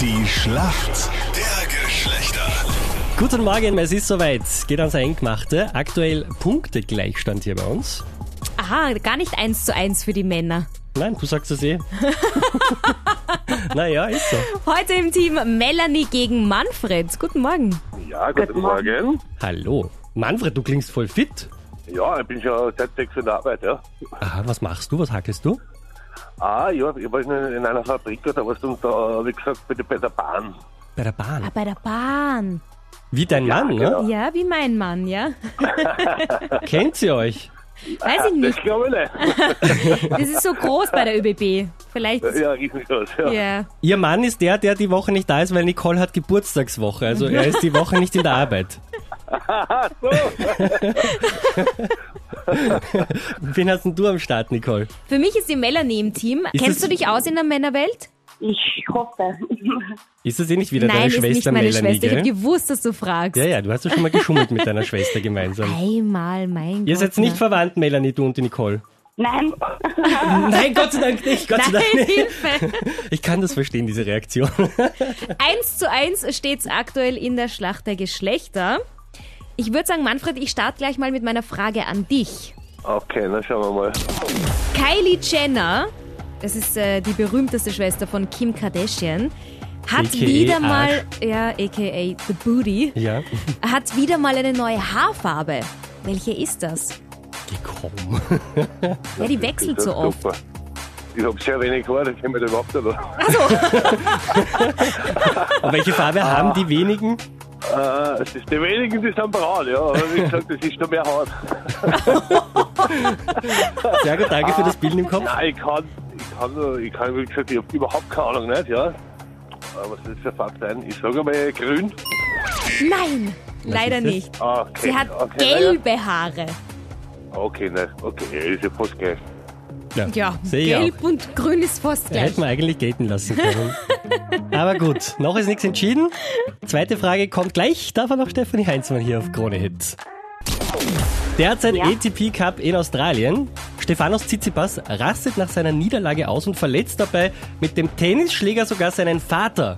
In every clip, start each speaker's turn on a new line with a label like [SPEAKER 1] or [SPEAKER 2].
[SPEAKER 1] Die Schlacht der Geschlechter.
[SPEAKER 2] Guten Morgen, es ist soweit. Geht ans Eingemachte. Aktuell Punktegleichstand hier bei uns.
[SPEAKER 3] Aha, gar nicht eins zu eins für die Männer.
[SPEAKER 2] Nein, du sagst es eh. naja, ist so.
[SPEAKER 3] Heute im Team Melanie gegen Manfred. Guten Morgen.
[SPEAKER 4] Ja, guten, Morgen.
[SPEAKER 2] Hallo. Manfred, du klingst voll fit.
[SPEAKER 4] Ja, ich bin schon seit sechs in der Arbeit, ja.
[SPEAKER 2] Aha, was machst du? Was hackelst du?
[SPEAKER 4] Ah, ja, ich war in, in einer Fabrik, da warst du da, wie gesagt, bitte bei der Bahn.
[SPEAKER 2] Bei der
[SPEAKER 3] Ah,
[SPEAKER 2] Bahn.
[SPEAKER 3] bei der Bahn.
[SPEAKER 2] Wie dein Mann, ne?
[SPEAKER 4] genau.
[SPEAKER 3] Ja, wie mein Mann, ja.
[SPEAKER 2] Kennt ihr euch?
[SPEAKER 3] Weiß ich
[SPEAKER 4] Das
[SPEAKER 3] nicht.
[SPEAKER 4] glaube ich
[SPEAKER 3] Das ist so groß bei der ÖBB. Vielleicht.
[SPEAKER 4] nicht. Ja, riesengroß, ja.
[SPEAKER 3] Ja.
[SPEAKER 2] Ihr Mann ist der, der die Woche nicht da ist, weil Nicole hat Geburtstagswoche. Also er ist die Woche nicht in der Arbeit.
[SPEAKER 4] So,
[SPEAKER 2] Wen hast denn du am Start, Nicole?
[SPEAKER 3] Für mich ist die Melanie im Team.
[SPEAKER 2] Ist
[SPEAKER 3] Kennst
[SPEAKER 2] das-
[SPEAKER 3] du dich aus in der Männerwelt?
[SPEAKER 5] Ich hoffe.
[SPEAKER 2] Ist das eh nicht wieder
[SPEAKER 3] Nein,
[SPEAKER 2] deine
[SPEAKER 3] ist
[SPEAKER 2] Schwester
[SPEAKER 3] nicht meine
[SPEAKER 2] Melanie,
[SPEAKER 3] Schwester. Ich
[SPEAKER 2] gell?
[SPEAKER 3] habe gewusst, dass du fragst.
[SPEAKER 2] Ja, ja, du hast ja schon mal geschummelt mit deiner Schwester gemeinsam.
[SPEAKER 3] Einmal, mein
[SPEAKER 2] Ihr
[SPEAKER 3] Gott.
[SPEAKER 2] seid nicht
[SPEAKER 3] ja.
[SPEAKER 2] verwandt, Melanie, du und die Nicole.
[SPEAKER 5] Nein,
[SPEAKER 2] Nein, Gott sei Dank nicht, Gott sei
[SPEAKER 3] Nein,
[SPEAKER 2] Dank nicht.
[SPEAKER 3] Hilfe.
[SPEAKER 2] Ich kann das verstehen, diese Reaktion.
[SPEAKER 3] Eins zu eins steht's aktuell in der Schlacht der Geschlechter. Ich würde sagen, Manfred, ich starte gleich mal mit meiner Frage an dich.
[SPEAKER 4] Okay, dann schauen wir mal.
[SPEAKER 3] Kylie Jenner, das ist äh, die berühmteste Schwester von Kim Kardashian, hat
[SPEAKER 2] AKA
[SPEAKER 3] wieder mal, ja, aka The Booty,
[SPEAKER 2] Ja.
[SPEAKER 3] hat wieder mal eine neue Haarfarbe. Welche ist das?
[SPEAKER 2] Gekommen.
[SPEAKER 3] Ja, die wechselt
[SPEAKER 4] Das
[SPEAKER 3] so
[SPEAKER 4] ist
[SPEAKER 3] oft.
[SPEAKER 4] Super. Ich habe sehr wenig Haar, das kann mir das überhaupt nicht an.
[SPEAKER 2] Aber welche Farbe haben die wenigen?
[SPEAKER 4] Äh, es ist die wenigen, die sind braun, ja. Aber wie gesagt, das ist noch mehr Haut.
[SPEAKER 2] Sehr gut, danke für das Bild im Kopf.
[SPEAKER 4] Nein, ich kann, ich kann, nur- ich kann, wie gesagt, ich habe überhaupt keine Ahnung, nicht, ja. Aber was soll das für ein Fakt sein? Ich sage mal grün.
[SPEAKER 3] Nein, leider
[SPEAKER 2] ist es?
[SPEAKER 3] nicht.
[SPEAKER 4] Ah, Okay,
[SPEAKER 3] Sie hat
[SPEAKER 4] okay, naja.
[SPEAKER 3] gelbe Haare.
[SPEAKER 4] Okay, ne, okay, ist ja fast gleich.
[SPEAKER 3] Ja,
[SPEAKER 2] sehe ich auch.
[SPEAKER 3] gelb und grün ist fast
[SPEAKER 2] Ja,
[SPEAKER 3] gleich.
[SPEAKER 2] Hätten wir eigentlich gelten lassen können. Aber gut, noch ist nichts entschieden. Zweite Frage kommt gleich. Davon noch Stefanie Heinzmann hier auf Krone Hit. Derzeit ATP Cup in Australien. Stefanos Tsitsipas rastet nach seiner Niederlage aus und verletzt dabei mit dem Tennisschläger sogar seinen Vater.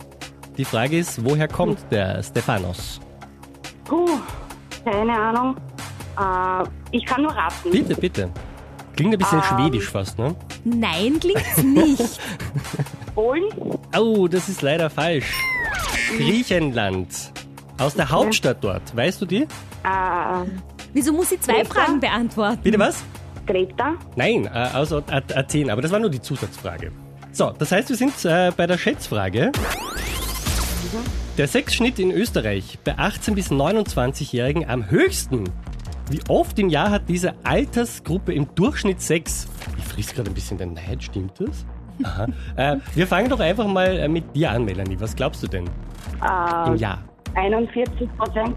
[SPEAKER 2] Die Frage ist, woher kommt der Stefanos?
[SPEAKER 5] puh, keine Ahnung. Äh, ich kann nur raten.
[SPEAKER 2] Bitte, bitte. Klingt ein bisschen schwedisch fast, ne?
[SPEAKER 3] Nein, klingt's nicht.
[SPEAKER 5] Polen?
[SPEAKER 2] Oh, das ist leider falsch. Griechenland. Aus der Hauptstadt dort. Weißt du die?
[SPEAKER 5] Äh,
[SPEAKER 3] Wieso muss sie zwei
[SPEAKER 5] Greta?
[SPEAKER 3] Fragen beantworten?
[SPEAKER 2] Bitte was?
[SPEAKER 5] Greta?
[SPEAKER 2] Nein, äh, aus A- A- Athen. Aber das war nur die Zusatzfrage. So, das heißt, wir sind äh, bei der Schätzfrage. Der Sexschnitt in Österreich bei 18- bis 29-Jährigen am höchsten. Wie oft im Jahr hat diese Altersgruppe im Durchschnitt Sex? Ich friss gerade ein bisschen den Neid, stimmt das? Aha. äh, wir fangen doch einfach mal äh, mit dir an, Melanie. Was glaubst du denn im
[SPEAKER 5] Äh,
[SPEAKER 2] Jahr?
[SPEAKER 5] 41 Prozent?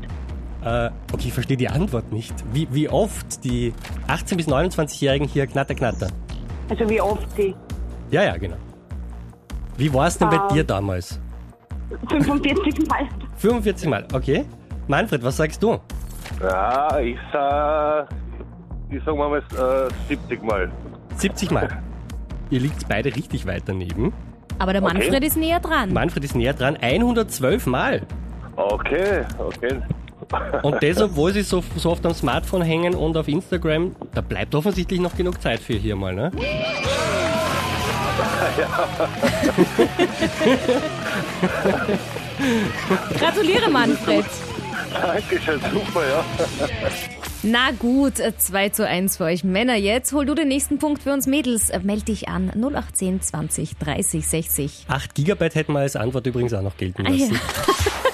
[SPEAKER 2] Äh, okay, ich verstehe die Antwort nicht. Wie, wie oft die 18- bis 29-Jährigen hier knatter, knatter?
[SPEAKER 5] Also wie oft die?
[SPEAKER 2] Ja, ja, genau. Wie war es denn bei dir damals?
[SPEAKER 5] 45 Mal?
[SPEAKER 2] 45 Mal, okay. Manfred, was sagst du?
[SPEAKER 4] Ja, ich sag, ich sag mal, äh, 70 Mal.
[SPEAKER 2] 70 Mal. Ihr liegt beide richtig weit daneben.
[SPEAKER 3] Aber der
[SPEAKER 4] Okay.
[SPEAKER 3] Manfred ist näher dran.
[SPEAKER 2] Manfred ist näher dran, 112 Mal.
[SPEAKER 4] Okay, okay.
[SPEAKER 2] Und das, obwohl sie so, so oft am Smartphone hängen und auf Instagram, da bleibt offensichtlich noch genug Zeit für hier mal, ne?
[SPEAKER 3] Gratuliere, Manfred.
[SPEAKER 4] Dankeschön, super, ja.
[SPEAKER 3] Na gut, 2 zu 1 für euch Männer jetzt. Hol du den nächsten Punkt für uns Mädels. Meld dich an 018 20 30 60.
[SPEAKER 2] 8 Gigabyte hätten wir als Antwort übrigens auch noch gelten
[SPEAKER 3] Ah, ja.
[SPEAKER 2] lassen.